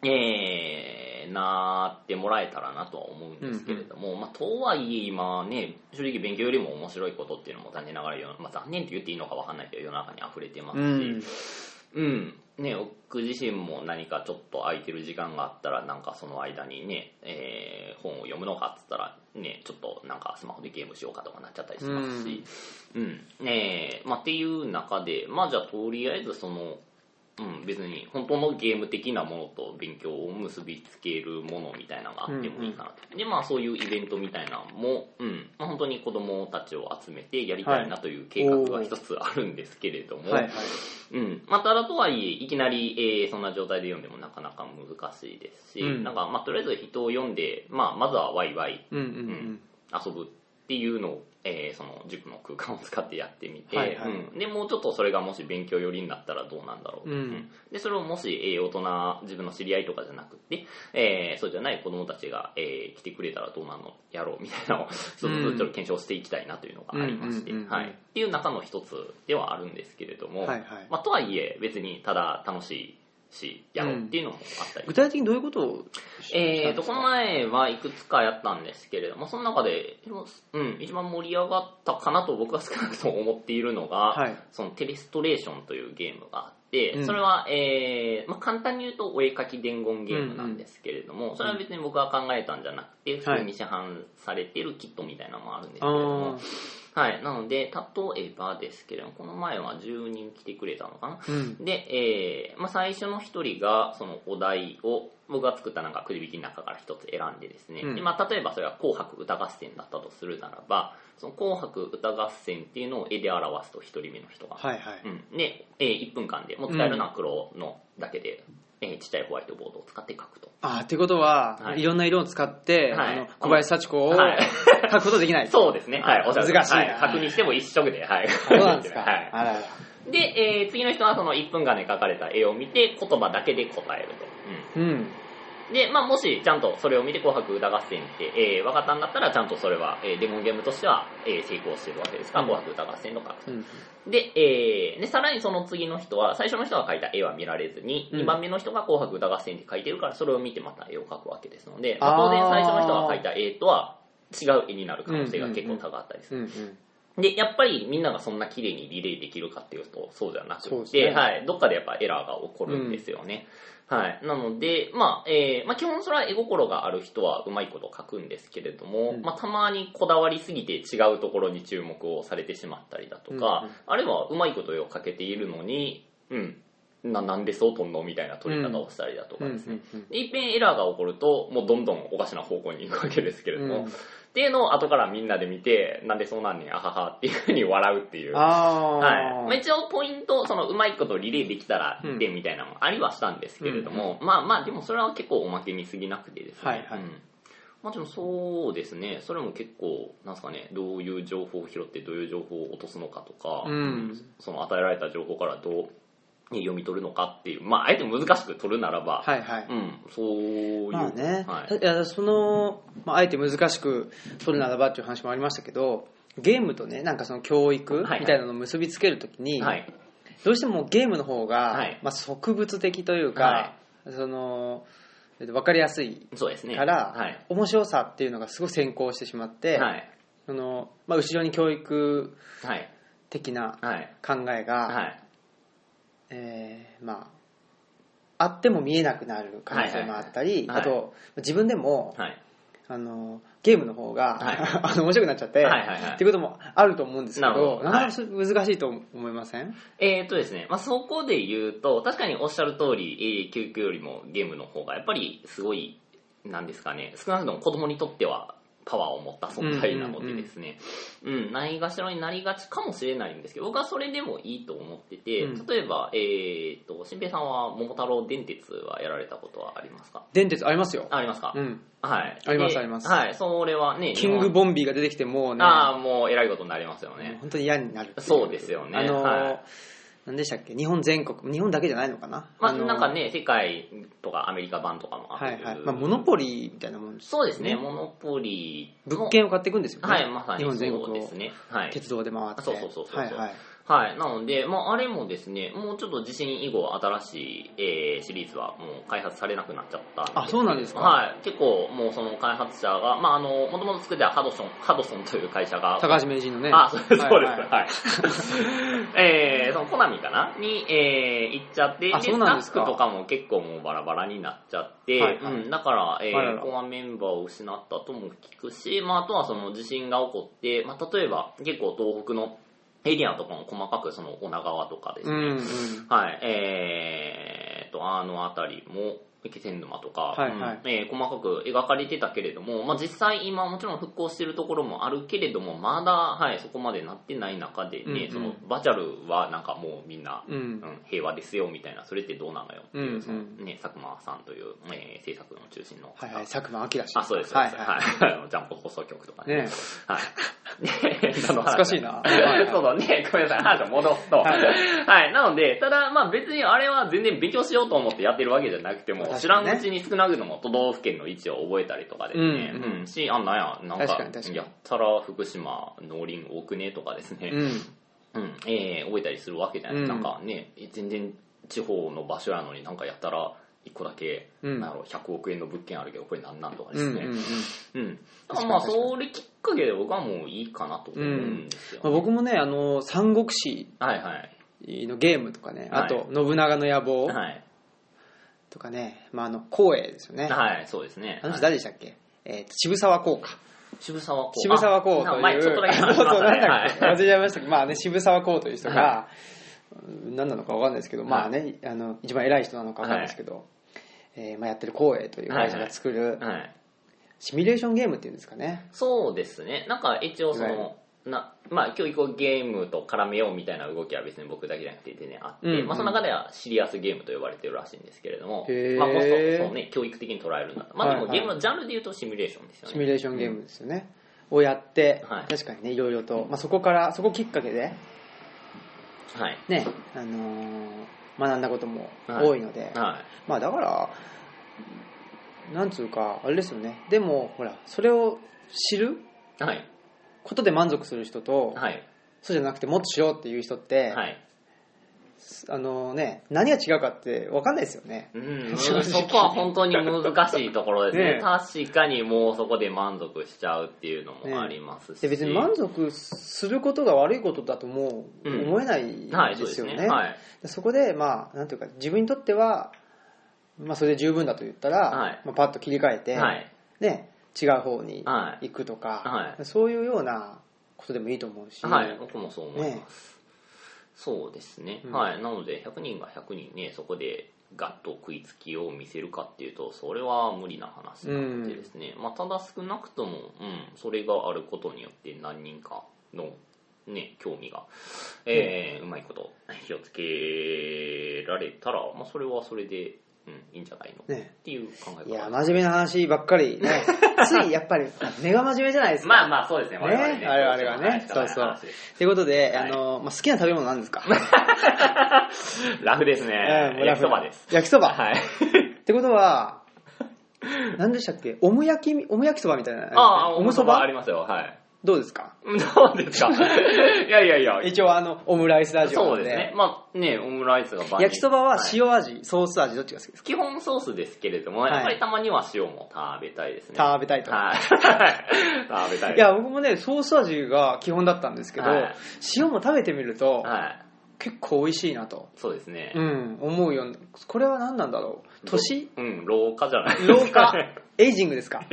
[SPEAKER 2] えーなってもらえたらなとは思うんですけれども、まあ、とはいえ今ね正直勉強よりも面白いことっていうのも残念ながら世の、まあ、残念って言っていいのか分かんないけど世の中に溢れてます
[SPEAKER 1] う
[SPEAKER 2] し、
[SPEAKER 1] ん
[SPEAKER 2] うんね、僕自身も何かちょっと空いてる時間があったらなんかその間にね、えー本を読むのかっつったら、ね、ちょっとなんかスマホでゲームしようかとかなっちゃったりしますし、うんねえまあ、っていう中で、まあ、じゃあとりあえずその、うん、別に本当のゲーム的なものと勉強を結びつけるものみたいなのがあってもいいかなと、でまあ、そういうイベントみたいなのも、うんまあ、本当に子供たちを集めてやりたいなという計画が一つあるんですけれども、
[SPEAKER 1] はいはい
[SPEAKER 2] うん、まあ、ただとはいえ、いきなり、えーそんな状態で読んでもなかなか難しいですし、
[SPEAKER 1] うん
[SPEAKER 2] なんか、まあ、とりあえず人を読んで、まあ、まずはワイワイ
[SPEAKER 1] うんうん
[SPEAKER 2] 遊ぶっていうのを、えーその塾の空間を使ってやってみて、
[SPEAKER 1] はいはい
[SPEAKER 2] うん、で、もうちょっとそれがもし勉強寄りになったらどうなんだろう。
[SPEAKER 1] うん
[SPEAKER 2] で、それをもし、えー大人、自分の知り合いとかじゃなくて、えーそうじゃない子供たちが、えー来てくれたらどうなんのやろうみたいなのを、ちょっとずつちょっと検証していきたいなというのがありまして、
[SPEAKER 1] うんうんうんうん
[SPEAKER 2] はい。っていう中の一つではあるんですけれども、
[SPEAKER 1] はいはい
[SPEAKER 2] まあ、とはいえ別にただ楽しいしやろうっていうのもあったり、
[SPEAKER 1] 具体的にどういうことをし
[SPEAKER 2] えー、とこの前はいくつかやったんですけれどもその中で、でもうん、一番盛り上がったかなと僕は少なくとも思っているのが、
[SPEAKER 1] はい
[SPEAKER 2] そのテレストレーションというゲームがあって、
[SPEAKER 1] うん
[SPEAKER 2] それは、えーまあ、簡単に言うとお絵描き伝言ゲームなんですけれども、それは別に僕が考えたんじゃなくて普通に市販されてるキットみたいなのもあるんですけれども、
[SPEAKER 1] あ
[SPEAKER 2] はい、なので、例えばですけれども、この前は10人来てくれたのかな。
[SPEAKER 1] ーうん
[SPEAKER 2] で、えーまあ、最初の1人が、そのお題を、僕が作ったなんかくじ引きの中から1つ選んでですね、
[SPEAKER 1] うん
[SPEAKER 2] でまあ、例えばそれが紅白歌合戦だったとするならば、その紅白歌合戦っていうのを絵で表すと1人目の人が。
[SPEAKER 1] はいはい
[SPEAKER 2] うん、で、えー1分間でもう使えるのは黒のだけで、えーちっちゃいホワイトボードを使って書くと。
[SPEAKER 1] あーってことは、、
[SPEAKER 2] はいい
[SPEAKER 1] ろんな色を使って、
[SPEAKER 2] はい
[SPEAKER 1] あの小林幸子を
[SPEAKER 2] はい
[SPEAKER 1] 書くことできない、
[SPEAKER 2] そうですね、はい、おっしゃる通り
[SPEAKER 1] 難しいな
[SPEAKER 2] は確認しても一色で、はい。
[SPEAKER 1] そうなんですか、
[SPEAKER 2] はい
[SPEAKER 1] あらら
[SPEAKER 2] で、えー次の人はその1分間で描かれた絵を見て言葉だけで答えると。
[SPEAKER 1] うん
[SPEAKER 2] うんで、まあ、もしちゃんとそれを見て紅白歌合戦って、えー分かったんだったらちゃんとそれは、えーデモンゲームとしては、えー成功してるわけですから、
[SPEAKER 1] うん
[SPEAKER 2] 紅白歌合戦の格
[SPEAKER 1] う
[SPEAKER 2] 闘
[SPEAKER 1] ん
[SPEAKER 2] で、えーで、さらにその次の人は、最初の人が描いた絵は見られずに、
[SPEAKER 1] うん
[SPEAKER 2] 2番目の人が紅白歌合戦って描いてるから、それを見てまた絵を描くわけですので、
[SPEAKER 1] あ
[SPEAKER 2] ま
[SPEAKER 1] ー
[SPEAKER 2] あ当然最初の人が描いた絵とは違う絵になる可能性が結構高かったりする。
[SPEAKER 1] うんうん
[SPEAKER 2] で、やっぱりみんながそんな綺麗にリレーできるかっていうと、そうじゃなく
[SPEAKER 1] そうです
[SPEAKER 2] て、
[SPEAKER 1] ね
[SPEAKER 2] はい、どっかでやっぱエラーが起こるんですよね。はい。なので、まあ、えーまあ基本それは絵心がある人はうまいこと書くんですけれども、
[SPEAKER 1] うん
[SPEAKER 2] まあたまにこだわりすぎて違うところに注目をされてしまったりだと
[SPEAKER 1] うん
[SPEAKER 2] か、
[SPEAKER 1] うん
[SPEAKER 2] あるいはうまいこと絵を描けているのに、うん、な、なんでそうとんのみたいな取り方をしたりだとかですね。
[SPEAKER 1] うんうん
[SPEAKER 2] でいっぺんエラーが起こると、もうどんどんおかしな方向に行くわけですけれども、
[SPEAKER 1] うん
[SPEAKER 2] っていうのを後からみんなで見て、なんでそうなんねん、あははっていうふうに笑うっていう。はい。
[SPEAKER 1] あ
[SPEAKER 2] まあ、一応ポイント、そのうまいことリレーできたら
[SPEAKER 1] うん
[SPEAKER 2] 点みたいなのもありはしたんですけれども、まあまあ、でもそれは結構おまけに過ぎなくてですね。
[SPEAKER 1] はいはい
[SPEAKER 2] うんまあでもそうですね、それも結構、なんですかね、どういう情報を拾ってどういう情報を落とすのかとか、
[SPEAKER 1] うん
[SPEAKER 2] その与えられた情報からどう読み取るのかっていう、まああえて難しく取るならば、
[SPEAKER 1] はいはい、
[SPEAKER 2] うん、そういう。
[SPEAKER 1] まあね、
[SPEAKER 2] はい
[SPEAKER 1] い、やその、まあ、あえて難しく取るならばっていう話もありましたけどゲームとねなんかその教育
[SPEAKER 2] はいはい
[SPEAKER 1] みたいなのを結びつけるときに、
[SPEAKER 2] はい。
[SPEAKER 1] どうしてもゲームの方が、
[SPEAKER 2] はい
[SPEAKER 1] まあ、植物的というか、
[SPEAKER 2] は
[SPEAKER 1] その分かりやすい
[SPEAKER 2] そうですね。
[SPEAKER 1] から、
[SPEAKER 2] はい。
[SPEAKER 1] 面白さっていうのがすごい先行してしまって、
[SPEAKER 2] はい。
[SPEAKER 1] そのまあ、後ろに教育
[SPEAKER 2] はい。
[SPEAKER 1] 的な
[SPEAKER 2] はい。
[SPEAKER 1] 考えが、
[SPEAKER 2] はい。
[SPEAKER 1] えーまああっても見えなくなる可能性もあったり、
[SPEAKER 2] はいは
[SPEAKER 1] あ
[SPEAKER 2] い
[SPEAKER 1] と自分でも、
[SPEAKER 2] はい。
[SPEAKER 1] あのゲームの方が、
[SPEAKER 2] はい
[SPEAKER 1] あ の面白くなっちゃって、
[SPEAKER 2] はいはいはい
[SPEAKER 1] っていうこともあると思うんですけ
[SPEAKER 2] なる
[SPEAKER 1] ど
[SPEAKER 2] ほど
[SPEAKER 1] なかなか難しいと思いません、
[SPEAKER 2] えーっとですね、まあ、そこで言うと、確かにおっしゃる通り、えー、教育よりもゲームの方が、やっぱりすごい、なんですかね、少なくとも子供にとっては、パワーを持った存在なのでですね、うんないがしろになりがちかもしれないんですけど、僕はそれでもいいと思ってて、
[SPEAKER 1] うん
[SPEAKER 2] 例えば、えーっと、新平さんは桃太郎電鉄はやられたことはありますか
[SPEAKER 1] 電鉄ありますよ、
[SPEAKER 2] あありますか、
[SPEAKER 1] うん、
[SPEAKER 2] はい。
[SPEAKER 1] あります
[SPEAKER 2] で
[SPEAKER 1] あります
[SPEAKER 2] はい、それはね、
[SPEAKER 1] キングボンビーが出てきてもうね
[SPEAKER 2] ああ、もうえらいことになりますよ
[SPEAKER 1] もう
[SPEAKER 2] ね。
[SPEAKER 1] 本当に嫌になるってい
[SPEAKER 2] そうですよね
[SPEAKER 1] あの、
[SPEAKER 2] はい
[SPEAKER 1] 何でしたっけ日本全国日本だけじゃないのかな、
[SPEAKER 2] まあ、
[SPEAKER 1] あの
[SPEAKER 2] なんかね、世界とかアメリカ版とかもあ
[SPEAKER 1] は
[SPEAKER 2] る
[SPEAKER 1] いはい、まあ、モノポリーみたいなもんです
[SPEAKER 2] そうですね、モノポリーの
[SPEAKER 1] 物件を買っていくんですよね、
[SPEAKER 2] はい、まさに
[SPEAKER 1] 日
[SPEAKER 2] そ
[SPEAKER 1] 本全
[SPEAKER 2] う
[SPEAKER 1] 国
[SPEAKER 2] で
[SPEAKER 1] を
[SPEAKER 2] すね。はい。
[SPEAKER 1] 鉄道で回って
[SPEAKER 2] そうそうそうそう
[SPEAKER 1] はいはい
[SPEAKER 2] はい。なので、まあ、あれもですね、もうちょっと地震以後、新しい、えーシリーズはもう開発されなくなっちゃったんで
[SPEAKER 1] あそうなんですか
[SPEAKER 2] はい。結構、もうその開発者が、まあ、あの、もともと作ってたハドソン、ハドソンという会社が、
[SPEAKER 1] 高橋名人のね
[SPEAKER 2] あ、そうそうです。
[SPEAKER 1] はいはい
[SPEAKER 2] はい。 えー、そのコナミかなに、えー、行っちゃって、
[SPEAKER 1] あそうなんですか
[SPEAKER 2] スタッフとかも結構もうバラバラになっちゃって、
[SPEAKER 1] はいはい
[SPEAKER 2] うん、だから、えー
[SPEAKER 1] あらら
[SPEAKER 2] コアメンバーを失ったとも聞くし、まあ、あとはその地震が起こって、まあ、例えば結構東北のエリアとかも細かくその女川とかです
[SPEAKER 1] う
[SPEAKER 2] ね、
[SPEAKER 1] んうん
[SPEAKER 2] はい、えー、と、あのあたりも、池天沼とか、
[SPEAKER 1] はいはい
[SPEAKER 2] うんえー細かく描かれてたけれども、まあ、実際今もちろん復興してるところもあるけれども、まだ、はい、そこまでなってない中でね、
[SPEAKER 1] うんうん
[SPEAKER 2] そのバーチャルはなんかもうみんな、
[SPEAKER 1] う
[SPEAKER 2] うんん、平和ですよみたいな、それってどうなのよっていう、
[SPEAKER 1] うんうん
[SPEAKER 2] そのね、佐久間さんという、えー制作の中心の方
[SPEAKER 1] はいはい佐久間明氏
[SPEAKER 2] あ、そうです、そう
[SPEAKER 1] はい
[SPEAKER 2] です。
[SPEAKER 1] は
[SPEAKER 2] はい。あのジャンプ放送局とか
[SPEAKER 1] いね
[SPEAKER 2] はい。で、懐
[SPEAKER 1] 懐かしいな
[SPEAKER 2] そうだね。ごめんなさい。話を戻すと。はい。なので、ただ、まあ別にあれは全然勉強しようと思ってやってるわけじゃなくても、
[SPEAKER 1] 確かにね
[SPEAKER 2] 知らんうちに少なくとも都道府県の位置を覚えたりとかですね。
[SPEAKER 1] うん
[SPEAKER 2] うん。し、あ、なんや、なん
[SPEAKER 1] 確
[SPEAKER 2] か
[SPEAKER 1] かに確か、に
[SPEAKER 2] やったら福島農林多くねとかですね。
[SPEAKER 1] うん
[SPEAKER 2] うん。えー、覚えたりするわけじゃないですか。
[SPEAKER 1] うん
[SPEAKER 2] なんかね、全然地方の場所やのになんかやったら、一個だけ、
[SPEAKER 1] うん
[SPEAKER 2] なんやろ、100億円の物件あるけど、これなんなんとかで
[SPEAKER 1] う
[SPEAKER 2] す
[SPEAKER 1] ん
[SPEAKER 2] ね
[SPEAKER 1] う。んうん
[SPEAKER 2] うん。
[SPEAKER 1] 確か
[SPEAKER 2] だか
[SPEAKER 1] らに
[SPEAKER 2] まあ、
[SPEAKER 1] 確かに
[SPEAKER 2] それきっかけで僕はもういいかなと思うんですよ、
[SPEAKER 1] まあ僕もねあの三国志
[SPEAKER 2] はいはい。
[SPEAKER 1] のゲームとかね
[SPEAKER 2] はい
[SPEAKER 1] あと信長の野望
[SPEAKER 2] はい。
[SPEAKER 1] とかねまああの光栄ですよね
[SPEAKER 2] はい、そうですね。
[SPEAKER 1] あの人
[SPEAKER 2] は
[SPEAKER 1] 誰
[SPEAKER 2] い
[SPEAKER 1] でしたっけえーと渋沢効果
[SPEAKER 2] 渋沢公
[SPEAKER 1] 渋沢公と
[SPEAKER 2] あ
[SPEAKER 1] いう
[SPEAKER 2] 前ちょっとだけ話し
[SPEAKER 1] そう
[SPEAKER 2] まし
[SPEAKER 1] そう
[SPEAKER 2] た
[SPEAKER 1] な
[SPEAKER 2] ね。
[SPEAKER 1] んだ
[SPEAKER 2] は
[SPEAKER 1] っけ忘
[SPEAKER 2] い。
[SPEAKER 1] れちゃいましたけど、まあね、渋沢公という人が、うん何なのかわかんないですけど、
[SPEAKER 2] はい
[SPEAKER 1] まあね、あの一番偉い人なのかわかんないですけど、えーまあ、やってる光栄という会社が作る
[SPEAKER 2] はい。
[SPEAKER 1] シミュレーションゲームっていうんですかね、
[SPEAKER 2] そうですね。なんか一応そ
[SPEAKER 1] いわ
[SPEAKER 2] の、なまあ、教育をゲームと絡めようみたいな動きは別に僕だけじゃなくて全然あって、
[SPEAKER 1] うんうん
[SPEAKER 2] まあ、その中ではシリアスゲームと呼ばれてるらしいんですけれども、
[SPEAKER 1] へー
[SPEAKER 2] まあ、コストをそうね、教育的に捉えるんだと。まあ、で
[SPEAKER 1] は
[SPEAKER 2] も
[SPEAKER 1] いはい
[SPEAKER 2] ゲームのジャンルで言うとシミュレーションですよね。
[SPEAKER 1] シミュレーションゲームですよね、をやって、
[SPEAKER 2] はい
[SPEAKER 1] 確かにね、いろいろと、まあ、そこから、そこきっかけで、
[SPEAKER 2] はい。
[SPEAKER 1] ね、あのー学んだことも多いので、
[SPEAKER 2] はい。
[SPEAKER 1] まあだから、なんつうか、あれですよね、でも、ほら、それを知る
[SPEAKER 2] はい。
[SPEAKER 1] ことで満足する人と、
[SPEAKER 2] はい。
[SPEAKER 1] そうじゃなくてもっとしようっていう人って、
[SPEAKER 2] はい。
[SPEAKER 1] あのね何が違うかって分かんないですよね
[SPEAKER 2] う ん、
[SPEAKER 1] 正直
[SPEAKER 2] そこは本当に難しいところですね
[SPEAKER 1] ねえ
[SPEAKER 2] 確かにもうそこで満足しちゃうっていうのもありますし、
[SPEAKER 1] で別に満足することが悪いことだともう
[SPEAKER 2] うん
[SPEAKER 1] 思えない
[SPEAKER 2] はいそう
[SPEAKER 1] で
[SPEAKER 2] ですす
[SPEAKER 1] よね,、
[SPEAKER 2] ねはい、
[SPEAKER 1] そこでまあなんていうか自分にとっては、まあ、それで十分だと言ったら、
[SPEAKER 2] はい
[SPEAKER 1] まあ、パッと切り替えて、
[SPEAKER 2] はい
[SPEAKER 1] ね、違う方に
[SPEAKER 2] は
[SPEAKER 1] 行くとか
[SPEAKER 2] は、
[SPEAKER 1] そういうようなことでもいいと思うし、
[SPEAKER 2] い、はい、僕もそう思い
[SPEAKER 1] ね
[SPEAKER 2] ます、そうですね、
[SPEAKER 1] うん
[SPEAKER 2] はいなので100人が100人ねそこでガッと食いつきを見せるかっていうとそれは無理な話なのでですね、まあ、ただ少なくとも、うん、それがあることによって何人かのね、興味が、えーうまいこと火をつけられたら、まあ、それはそれで、うん、いいんじゃないの、
[SPEAKER 1] ね
[SPEAKER 2] っていう考え
[SPEAKER 1] い
[SPEAKER 2] 方
[SPEAKER 1] や真面目な話ばっかり ねついやっぱり根が真面目じゃないですか
[SPEAKER 2] まあまあそうですね
[SPEAKER 1] ね
[SPEAKER 2] 我々ね
[SPEAKER 1] 我々がね
[SPEAKER 2] そうそう
[SPEAKER 1] そうということで、あのまあ、好きな食べ物なんですか
[SPEAKER 2] ラフですね、
[SPEAKER 1] うんもうラ
[SPEAKER 2] 焼
[SPEAKER 1] フ
[SPEAKER 2] きそばです
[SPEAKER 1] 焼きそば
[SPEAKER 2] はい
[SPEAKER 1] ってこと は、何でしたっけオム焼き、オム焼きそばみたいな。
[SPEAKER 2] ああ
[SPEAKER 1] オムそば
[SPEAKER 2] ありますよはい
[SPEAKER 1] どうですか
[SPEAKER 2] どうですか いやいやいや
[SPEAKER 1] 一応あの、オムライスラジオ
[SPEAKER 2] そ
[SPEAKER 1] な
[SPEAKER 2] うん
[SPEAKER 1] で。
[SPEAKER 2] ですねまあねオムライスが万人
[SPEAKER 1] 焼きそばはい塩味、ソース味、どっちが好きですか
[SPEAKER 2] 基本ソースですけれども、
[SPEAKER 1] はい
[SPEAKER 2] やっぱりたまには塩も食べたいですね
[SPEAKER 1] 食べたいと。
[SPEAKER 2] はい食べたい
[SPEAKER 1] いや、僕もね、ソース味が基本だったんですけど、
[SPEAKER 2] はい
[SPEAKER 1] 塩も食べてみると、
[SPEAKER 2] はい
[SPEAKER 1] 結構美味しいなと、
[SPEAKER 2] そうですね
[SPEAKER 1] うん、思うように。これは何なんだろう年
[SPEAKER 2] うん老化じゃない
[SPEAKER 1] 老化エイジングですか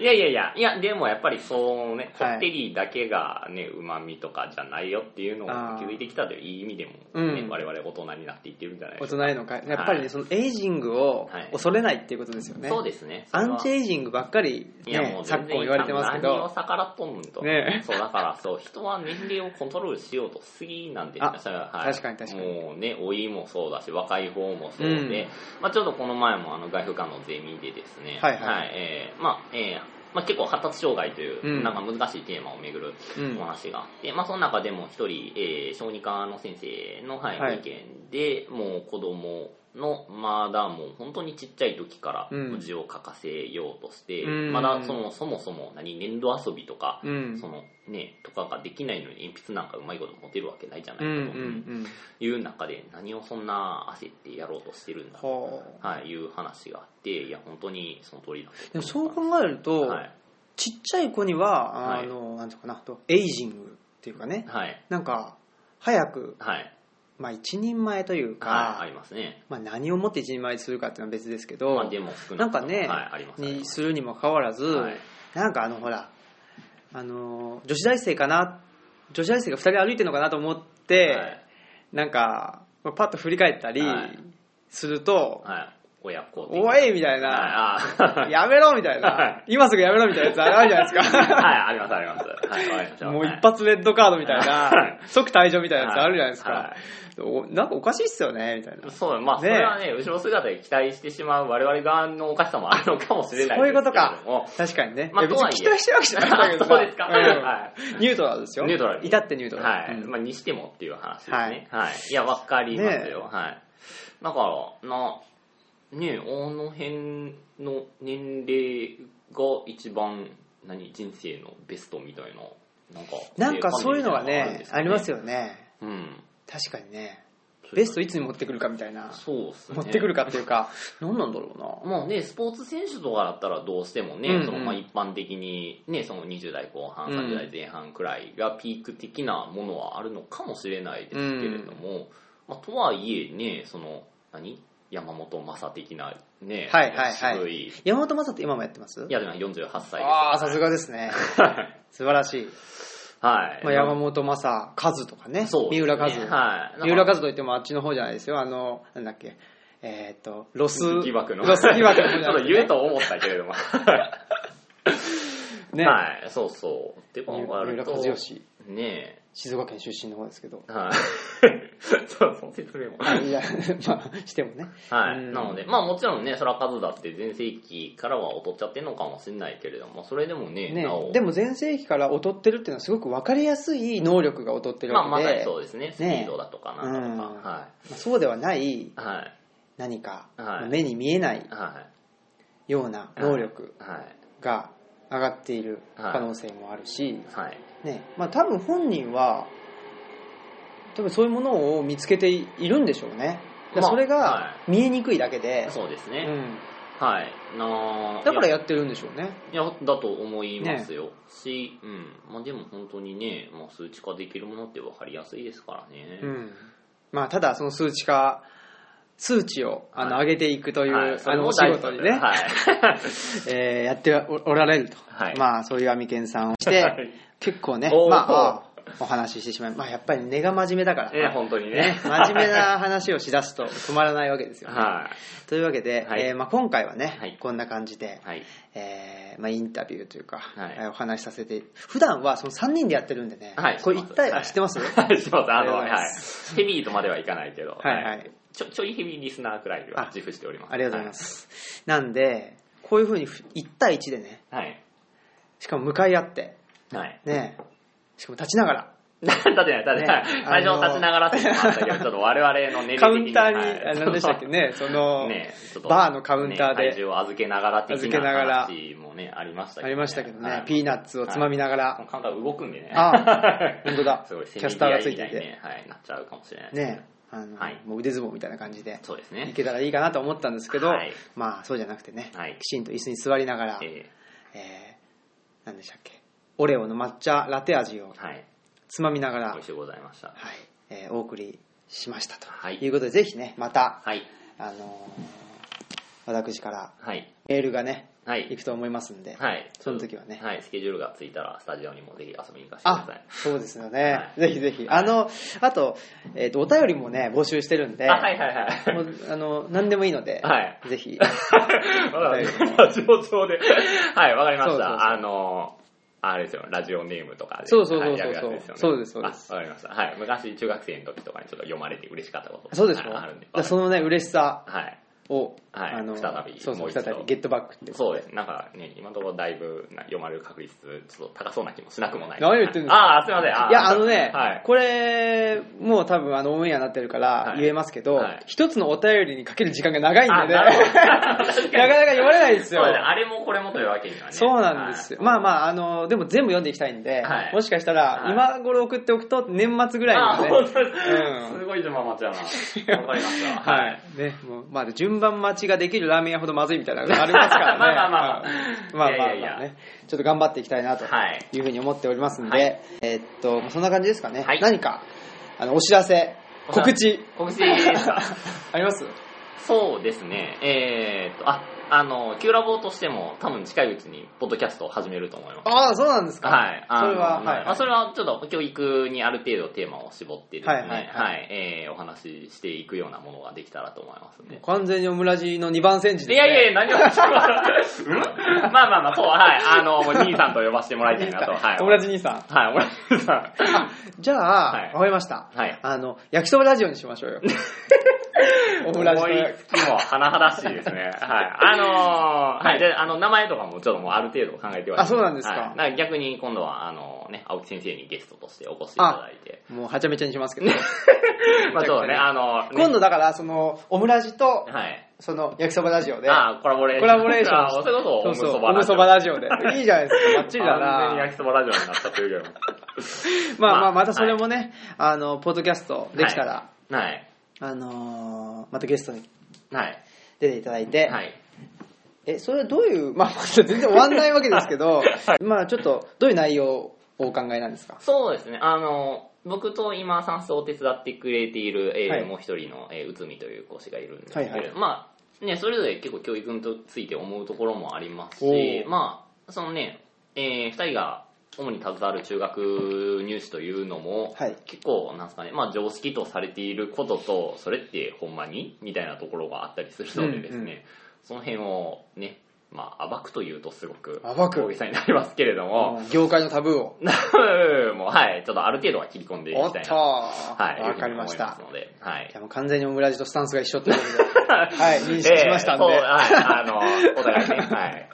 [SPEAKER 2] いやいやいや、いや、でもやっぱりそうね、こ
[SPEAKER 1] はい
[SPEAKER 2] ってりだけがね、うまみとかじゃないよっていうのを
[SPEAKER 1] あー
[SPEAKER 2] 気づいてきたといういい意味でも、ね
[SPEAKER 1] うん
[SPEAKER 2] 我々大人になっていってるんじゃない
[SPEAKER 1] 大
[SPEAKER 2] ですか。
[SPEAKER 1] 人へのかやっぱりね、
[SPEAKER 2] はい
[SPEAKER 1] そのエイジングを恐れないっていうことですよね、
[SPEAKER 2] そうですね。
[SPEAKER 1] アンチ
[SPEAKER 2] ェ
[SPEAKER 1] エイジングばっかり、
[SPEAKER 2] いやも
[SPEAKER 1] ね
[SPEAKER 2] う、
[SPEAKER 1] 昨
[SPEAKER 2] 全然
[SPEAKER 1] 今言われてますけ
[SPEAKER 2] 何
[SPEAKER 1] ど
[SPEAKER 2] を逆らっとんのと。
[SPEAKER 1] ね
[SPEAKER 2] そうだからそう人は年齢をコントロールしようとしすぎなんですよ
[SPEAKER 1] あ
[SPEAKER 2] それははい、
[SPEAKER 1] 確かに確かに
[SPEAKER 2] もうね老いもそうだし若い方もそうで、
[SPEAKER 1] うん
[SPEAKER 2] まあ、ちょうどこの前もあの外風館のゼミでですね
[SPEAKER 1] はいはい
[SPEAKER 2] えーまあえーまあ、結構発達障害という、
[SPEAKER 1] うん
[SPEAKER 2] なんか難しいテーマをめぐる
[SPEAKER 1] うん
[SPEAKER 2] お話があって、まあ、その中でも一人、えー小児科の先生の、はい
[SPEAKER 1] はい
[SPEAKER 2] 意見でもう子供のまだもう本当にちっちゃい時から
[SPEAKER 1] うん
[SPEAKER 2] 文字を書かせようとして、
[SPEAKER 1] うん
[SPEAKER 2] まだそのそもそも何粘土遊びとか、
[SPEAKER 1] うん
[SPEAKER 2] そのね、とかができないのに鉛筆なんかうまいこと持てるわけないじゃない
[SPEAKER 1] うんうんう
[SPEAKER 2] か
[SPEAKER 1] ん
[SPEAKER 2] という中で何をそんな焦ってやろうとしてるんだと、
[SPEAKER 1] ほう
[SPEAKER 2] はい、いう話があっていや本当にその通りだ
[SPEAKER 1] でもそう考えると、
[SPEAKER 2] はい、
[SPEAKER 1] ちっちゃい子にはあの、なんていうかなとエイジングっていうかね
[SPEAKER 2] はい
[SPEAKER 1] なんか早く、
[SPEAKER 2] はい
[SPEAKER 1] まあ、一人前というか、
[SPEAKER 2] はい、ありますね
[SPEAKER 1] まあ、何をもって一人前にするかっていうのは別ですけど、
[SPEAKER 2] まあでも少
[SPEAKER 1] な
[SPEAKER 2] なんくと
[SPEAKER 1] か
[SPEAKER 2] も
[SPEAKER 1] ね、
[SPEAKER 2] はい、ありますありま
[SPEAKER 1] に
[SPEAKER 2] す
[SPEAKER 1] するにもかかわらず、
[SPEAKER 2] はい
[SPEAKER 1] なんかあのほらあの女子大生かな女子大生が2人歩いてるのかなと思って、
[SPEAKER 2] はい
[SPEAKER 1] なんかまあパッと振り返ったり
[SPEAKER 2] はい
[SPEAKER 1] すると
[SPEAKER 2] はい、親子
[SPEAKER 1] 「
[SPEAKER 2] 的
[SPEAKER 1] おい!」みたい
[SPEAKER 2] な
[SPEAKER 1] な
[SPEAKER 2] はい
[SPEAKER 1] 「
[SPEAKER 2] あー
[SPEAKER 1] やめろ!」みたい
[SPEAKER 2] は
[SPEAKER 1] な「今すぐやめろ!」みたいなやつあるじゃないですか
[SPEAKER 2] はい、ありますあります。はい、わかりました。
[SPEAKER 1] もう一発レッドカードみたい
[SPEAKER 2] は
[SPEAKER 1] な即退場みたいなやつあるじゃないです
[SPEAKER 2] は
[SPEAKER 1] かおなんかおかしいっすよねみたいな
[SPEAKER 2] そう、まあ、そ
[SPEAKER 1] ねえ
[SPEAKER 2] れはね、後ろ姿で期待してしまう我々側のおかしさもあるのかもしれない
[SPEAKER 1] そういうことか
[SPEAKER 2] ですけれども。
[SPEAKER 1] 確かにね、
[SPEAKER 2] ま
[SPEAKER 1] い
[SPEAKER 2] あ
[SPEAKER 1] や別
[SPEAKER 2] とは
[SPEAKER 1] に
[SPEAKER 2] いえ
[SPEAKER 1] 期待してるわけじゃないんだけどさ
[SPEAKER 2] そうですか。
[SPEAKER 1] うん
[SPEAKER 2] は
[SPEAKER 1] ニュートラルですよ
[SPEAKER 2] ニュートラルに
[SPEAKER 1] いたってニュー
[SPEAKER 2] い。
[SPEAKER 1] トラ
[SPEAKER 2] は
[SPEAKER 1] ル、
[SPEAKER 2] い。
[SPEAKER 1] うん
[SPEAKER 2] まあ、にしてもっていう話ですね。はい。いや、わかりますよ。はい。だから、な、ねえ、あの辺の年齢が一番、何、人生のベストみたいな、なんか、
[SPEAKER 1] なんかそういうのがねあります
[SPEAKER 2] よ。
[SPEAKER 1] よね
[SPEAKER 2] うん。
[SPEAKER 1] 確かにねベストいつに持ってくるかみたいな、
[SPEAKER 2] そうっすね。
[SPEAKER 1] 持ってくるかっていう か何なんだろうな
[SPEAKER 2] まあね、スポーツ選手とかだったらどうしてもね、
[SPEAKER 1] うんうん
[SPEAKER 2] そのまあ一般的に、ね、その20代後半、
[SPEAKER 1] うん
[SPEAKER 2] 30代前半くらいがピーク的なものはあるのかもしれないですけれども、まあ、とはいえね、その、何山本昌的なね、
[SPEAKER 1] はいはいはい
[SPEAKER 2] 渋い、
[SPEAKER 1] 山本昌って今もやってます
[SPEAKER 2] いやでも48歳です。
[SPEAKER 1] ああさすがですね素晴らしい、
[SPEAKER 2] はい。
[SPEAKER 1] まあ、山本昌和とかね
[SPEAKER 2] そうで
[SPEAKER 1] 三
[SPEAKER 2] すね
[SPEAKER 1] 浦和、
[SPEAKER 2] はい。
[SPEAKER 1] 三浦和といってもあっちの方じゃないですよあのなんだっけえーっとロス
[SPEAKER 2] 疑惑の。
[SPEAKER 1] ロス疑惑の方
[SPEAKER 2] ち
[SPEAKER 1] じ
[SPEAKER 2] ょ
[SPEAKER 1] ゃ
[SPEAKER 2] っ
[SPEAKER 1] な
[SPEAKER 2] と
[SPEAKER 1] く
[SPEAKER 2] 言う
[SPEAKER 1] て
[SPEAKER 2] と思ったけれども。
[SPEAKER 1] ねね
[SPEAKER 2] はい、そうそう。って考
[SPEAKER 1] 三
[SPEAKER 2] える
[SPEAKER 1] 浦
[SPEAKER 2] と、
[SPEAKER 1] 和義
[SPEAKER 2] ねえ、
[SPEAKER 1] 静岡県出身の方ですけど
[SPEAKER 2] はい。 そうそう、説明も。はい。
[SPEAKER 1] いや まあしてもねうん
[SPEAKER 2] なので、まあもちろんね、そら数だって全盛期からは劣っちゃってるのかもしれないけれども、それでもね、
[SPEAKER 1] ね
[SPEAKER 2] なお、
[SPEAKER 1] でも全盛期から劣ってるっていうのはすごく分かりやすい能力が劣ってる
[SPEAKER 2] まあ
[SPEAKER 1] わ
[SPEAKER 2] ま
[SPEAKER 1] けで、
[SPEAKER 2] さに
[SPEAKER 1] ま
[SPEAKER 2] そうですね、スピードだとかなんだとか、
[SPEAKER 1] あそうではない
[SPEAKER 2] はい。はい。
[SPEAKER 1] 何か、
[SPEAKER 2] はい
[SPEAKER 1] 目に見えない
[SPEAKER 2] は。
[SPEAKER 1] ようない能力
[SPEAKER 2] はい。
[SPEAKER 1] が上がっている可能性もあるし、
[SPEAKER 2] はい。
[SPEAKER 1] ねまあ、多分本人は多分そういうものを見つけているんでしょうねだから
[SPEAKER 2] まあ
[SPEAKER 1] それが
[SPEAKER 2] は
[SPEAKER 1] 見えにくいだけで、
[SPEAKER 2] そうです
[SPEAKER 1] う
[SPEAKER 2] ね。
[SPEAKER 1] ん、
[SPEAKER 2] はい。なあ
[SPEAKER 1] だから
[SPEAKER 2] いや、
[SPEAKER 1] やってるんでしょうね
[SPEAKER 2] いやだと思いますよ。し、うん。まあでも本当にね、まあ数値化できるものって分かりやすいですからね。
[SPEAKER 1] うんまあ、ただその数値化数値をあの
[SPEAKER 2] は
[SPEAKER 1] 上げていくという、
[SPEAKER 2] はいそ
[SPEAKER 1] あ
[SPEAKER 2] れ
[SPEAKER 1] の
[SPEAKER 2] も
[SPEAKER 1] お仕事にね、
[SPEAKER 2] 大事だからはい。
[SPEAKER 1] えーやっておおられると、
[SPEAKER 2] は い
[SPEAKER 1] まあそういうアミケンさんをして、
[SPEAKER 2] はい
[SPEAKER 1] 結構ね、
[SPEAKER 2] おー
[SPEAKER 1] まあ、お話ししてしまいまあやっぱり根が真面目だから、
[SPEAKER 2] ね、本当にね
[SPEAKER 1] ね。真面目な話をしだすと止まらないわけですよ、ね
[SPEAKER 2] は
[SPEAKER 1] というわけで、
[SPEAKER 2] はい
[SPEAKER 1] えーまあ、今回はね、
[SPEAKER 2] はい
[SPEAKER 1] こんな感じで
[SPEAKER 2] い。、はい。
[SPEAKER 1] えーまあ、インタビューというか、
[SPEAKER 2] はい
[SPEAKER 1] えーお話しさせて普段はその3人でやってるんでね、
[SPEAKER 2] はい
[SPEAKER 1] これ一体、あ知ってます
[SPEAKER 2] はい、すいませんあの、
[SPEAKER 1] あ
[SPEAKER 2] は
[SPEAKER 1] りがとうござい
[SPEAKER 2] い
[SPEAKER 1] ま。
[SPEAKER 2] ヘビーとまではいかないけど、
[SPEAKER 1] はいはい
[SPEAKER 2] ちょ、ちょいヘビーリスナーくらいは自負しております。。
[SPEAKER 1] ありがとうございますす、なんでこういうふうに1対1でね
[SPEAKER 2] はい。
[SPEAKER 1] しかも向かい合って
[SPEAKER 2] はい。
[SPEAKER 1] ねしかも立ちながら
[SPEAKER 2] 立ってない、立ってない。
[SPEAKER 1] ね
[SPEAKER 2] 最
[SPEAKER 1] あの
[SPEAKER 2] 初立ちながらって言ってましたけど、ちょっと我々の年齢的に
[SPEAKER 1] カウンターに、
[SPEAKER 2] はい
[SPEAKER 1] あ何でした っけねその、
[SPEAKER 2] ね、ちょっと。
[SPEAKER 1] バーのカウンターで
[SPEAKER 2] ね体重を預けながら的
[SPEAKER 1] 預けながら
[SPEAKER 2] な話もね、ありましたけど、
[SPEAKER 1] ありましたけどね、
[SPEAKER 2] はい
[SPEAKER 1] ピーナッツをつまみながら、
[SPEAKER 2] もうカウンター動くんでね。
[SPEAKER 1] ああ本当だ
[SPEAKER 2] すごい、
[SPEAKER 1] キャスターがついてい
[SPEAKER 2] せめぎ合みた
[SPEAKER 1] て
[SPEAKER 2] ね。はい、なっちゃうかもしれないです
[SPEAKER 1] ねあの、
[SPEAKER 2] はい
[SPEAKER 1] もう腕相撲みたいな感じで
[SPEAKER 2] そうです
[SPEAKER 1] い
[SPEAKER 2] ね。
[SPEAKER 1] けたらいいかなと思ったんですけど、
[SPEAKER 2] はい
[SPEAKER 1] まあそうじゃなくてね、
[SPEAKER 2] はい
[SPEAKER 1] きちんと椅子に座りながら、え
[SPEAKER 2] え
[SPEAKER 1] ー何でしたっけオレオの抹茶ラテ味を
[SPEAKER 2] ーはい。
[SPEAKER 1] つまみながら、は
[SPEAKER 2] 美
[SPEAKER 1] い
[SPEAKER 2] 味しゅうございました。
[SPEAKER 1] えーお送りしましたと、
[SPEAKER 2] はい
[SPEAKER 1] いうことでぜひねまた、
[SPEAKER 2] はい。
[SPEAKER 1] あのー私から
[SPEAKER 2] はい。
[SPEAKER 1] メールがね
[SPEAKER 2] はい
[SPEAKER 1] 行くと思いますんで、
[SPEAKER 2] はい
[SPEAKER 1] その時はね
[SPEAKER 2] はいスケジュールがついたらスタジオにもぜひ遊びに行かせてくだ
[SPEAKER 1] あ
[SPEAKER 2] さい
[SPEAKER 1] そうですよね、
[SPEAKER 2] はい
[SPEAKER 1] ぜひぜひあのあと,、えー、とお便りもね募集してるんで、
[SPEAKER 2] あはいはいはい
[SPEAKER 1] もうあの何でもいいので、
[SPEAKER 2] はい
[SPEAKER 1] ぜひ
[SPEAKER 2] わかりま
[SPEAKER 1] お便り
[SPEAKER 2] したラジオ上ではいわかりました
[SPEAKER 1] そうそうそう
[SPEAKER 2] あのあれですよラジオネームとかで
[SPEAKER 1] そうそうそうそう
[SPEAKER 2] はいやるやつですよね
[SPEAKER 1] そうですそうです
[SPEAKER 2] あわかりましたはい昔中学生の時とかにちょっと読まれて嬉しかったこと
[SPEAKER 1] そうです
[SPEAKER 2] はい
[SPEAKER 1] よ
[SPEAKER 2] あるんで
[SPEAKER 1] そのね嬉しさ
[SPEAKER 2] はい
[SPEAKER 1] を、
[SPEAKER 2] はい
[SPEAKER 1] あの
[SPEAKER 2] 再び
[SPEAKER 1] そう
[SPEAKER 2] も
[SPEAKER 1] そうう
[SPEAKER 2] 一度
[SPEAKER 1] 再びゲットバックって
[SPEAKER 2] そうです。なんかね、今のところだいぶな読まれる確率、ちょっと高そうな気もしなくもない。
[SPEAKER 1] 何を言ってんですか
[SPEAKER 2] ああ、すいません。あー
[SPEAKER 1] いやあのね、
[SPEAKER 2] はい。
[SPEAKER 1] これもう多分あのオンエアになってるか
[SPEAKER 2] は
[SPEAKER 1] ら
[SPEAKER 2] い
[SPEAKER 1] 言えますけど、
[SPEAKER 2] はい
[SPEAKER 1] 一つのお便りにかける時間が長いんでね
[SPEAKER 2] あなるほど
[SPEAKER 1] なかなか読まれないです
[SPEAKER 2] そう
[SPEAKER 1] よ
[SPEAKER 2] ですねあれもこれもというわけにはね。
[SPEAKER 1] そうなんですよ、
[SPEAKER 2] はい
[SPEAKER 1] まあまああのでも全部読んでいきたいんで、
[SPEAKER 2] はい
[SPEAKER 1] もしかしたら、
[SPEAKER 2] はい
[SPEAKER 1] 今頃送っておくと年末ぐらい
[SPEAKER 2] あ
[SPEAKER 1] ま
[SPEAKER 2] ー
[SPEAKER 1] で、
[SPEAKER 2] 本当です
[SPEAKER 1] うん
[SPEAKER 2] すごい邪魔待ちやな。わかりました。
[SPEAKER 1] は。いねもうまあ、順番待ちができるラーメン屋ほどまずいみたいなのがありますからね
[SPEAKER 2] まあまあまあ
[SPEAKER 1] うんまあまあまあね
[SPEAKER 2] いやいやいや
[SPEAKER 1] ちょっと頑張っていきたいなと
[SPEAKER 2] はい。
[SPEAKER 1] いうふうに思っておりますんで、
[SPEAKER 2] はい
[SPEAKER 1] えーっとそんな感じですかね、
[SPEAKER 2] はい
[SPEAKER 1] 何かあのお知らせ
[SPEAKER 2] お知らせ
[SPEAKER 1] 告知
[SPEAKER 2] 告知ですか
[SPEAKER 1] あります
[SPEAKER 2] そうですね。えーっと、あ、あの、キューラボとしても多分近いうちに、ポッドキャストを始めると思います。
[SPEAKER 1] ああそうなんですか
[SPEAKER 2] はい。あの
[SPEAKER 1] それは
[SPEAKER 2] まあ
[SPEAKER 1] はい
[SPEAKER 2] まあそれはちょっと教育にある程度テーマを絞ってですね、は
[SPEAKER 1] はいいはいはい
[SPEAKER 2] えーお話ししていくようなものができたらと思いますね。
[SPEAKER 1] 完全にオムラジの2番煎じ
[SPEAKER 2] い
[SPEAKER 1] です、ね、
[SPEAKER 2] やいやいや、何を言ってますうんまあまあまあ、そう、はい。あの、もう兄さんと呼ばせてもらいたいなと。はい。
[SPEAKER 1] オムラジ兄さん
[SPEAKER 2] はい、俺さん。
[SPEAKER 1] じゃあ、
[SPEAKER 2] はい
[SPEAKER 1] わかりました。
[SPEAKER 2] はい
[SPEAKER 1] あの、焼きそばラジオにしましょう よ。オムラジ
[SPEAKER 2] 思いつきも甚だしいですね。はい。あのーはい。で、あの、名前とかもちょっともうある程度考えてはいる
[SPEAKER 1] あそうなんですか
[SPEAKER 2] はいだら逆に今度は、あのね、青木先生にゲストとしてお越しいただいて。
[SPEAKER 1] もうはちゃめちゃにしますけど。
[SPEAKER 2] まあそうだね、あのね
[SPEAKER 1] 今度だから、その、オムラジと、
[SPEAKER 2] はい。
[SPEAKER 1] その、焼きそばラジオで、
[SPEAKER 2] ああ、コラボレーション。
[SPEAKER 1] コラボレーション
[SPEAKER 2] ああそれこそ、
[SPEAKER 1] そうそう、
[SPEAKER 2] オ
[SPEAKER 1] オ
[SPEAKER 2] ム
[SPEAKER 1] ム
[SPEAKER 2] そ
[SPEAKER 1] そ
[SPEAKER 2] ば
[SPEAKER 1] ば
[SPEAKER 2] ラ
[SPEAKER 1] ラ
[SPEAKER 2] ジ
[SPEAKER 1] ジ
[SPEAKER 2] オ。
[SPEAKER 1] オで。いいじゃないですか、バッチリだ
[SPEAKER 2] 完全に
[SPEAKER 1] な。
[SPEAKER 2] 焼きそばラジオになったというより
[SPEAKER 1] まあまあ、
[SPEAKER 2] まあ
[SPEAKER 1] またそれもね、あの、ポッドキャストできたら、
[SPEAKER 2] も。 はい。
[SPEAKER 1] あのーまたゲストに
[SPEAKER 2] はい。
[SPEAKER 1] 出ていただいて、
[SPEAKER 2] はい。
[SPEAKER 1] え、それはどういう、まあ、まだ全然終わんないわけですけ ど、まあちょっと、どういう内容をお考えなんですか
[SPEAKER 2] そうですね、あの、僕と今、算数を手伝ってくれている、えー
[SPEAKER 1] はい
[SPEAKER 2] もう一人の、えー、内海という講師がいるんですけれど、
[SPEAKER 1] はいはい
[SPEAKER 2] まあ、ね、それぞれ結構教育について思うところもあります
[SPEAKER 1] お
[SPEAKER 2] し、
[SPEAKER 1] ー
[SPEAKER 2] まあ、そのね、えー、二人が主に携わる中学入試というのも、
[SPEAKER 1] はい
[SPEAKER 2] 結構、なんですかね、まあ、常識とされていることと、それってほんまにみたいなところがあったりするのでですね、
[SPEAKER 1] うんうん
[SPEAKER 2] その辺をね、まあ、暴くというとすごく
[SPEAKER 1] 暴く
[SPEAKER 2] 大げさになりますけれども、
[SPEAKER 1] 業界のタブーを。
[SPEAKER 2] もうはい、ちょっとある程度は切り込んでいき
[SPEAKER 1] おっと
[SPEAKER 2] たいな。はい、
[SPEAKER 1] わかりまし
[SPEAKER 2] い
[SPEAKER 1] た
[SPEAKER 2] うふう。に思いますので、はい
[SPEAKER 1] いや。もう完全にオムラジとスタンスが一緒ってことで、はい、認識しましたんで。
[SPEAKER 2] ええそう、はい、あの、お互いね、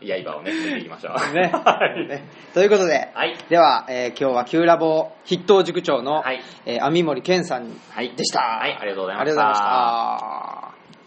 [SPEAKER 2] はい、刃をね、抜いていきましょう。
[SPEAKER 1] ね
[SPEAKER 2] はい
[SPEAKER 1] ねということで、
[SPEAKER 2] はい。
[SPEAKER 1] では、えー今日は Q ラボ筆頭塾長の、
[SPEAKER 2] はい
[SPEAKER 1] えー網森健さんに
[SPEAKER 2] はい。
[SPEAKER 1] でした。
[SPEAKER 2] はい、ありがとうございました。
[SPEAKER 1] ありがとうございました。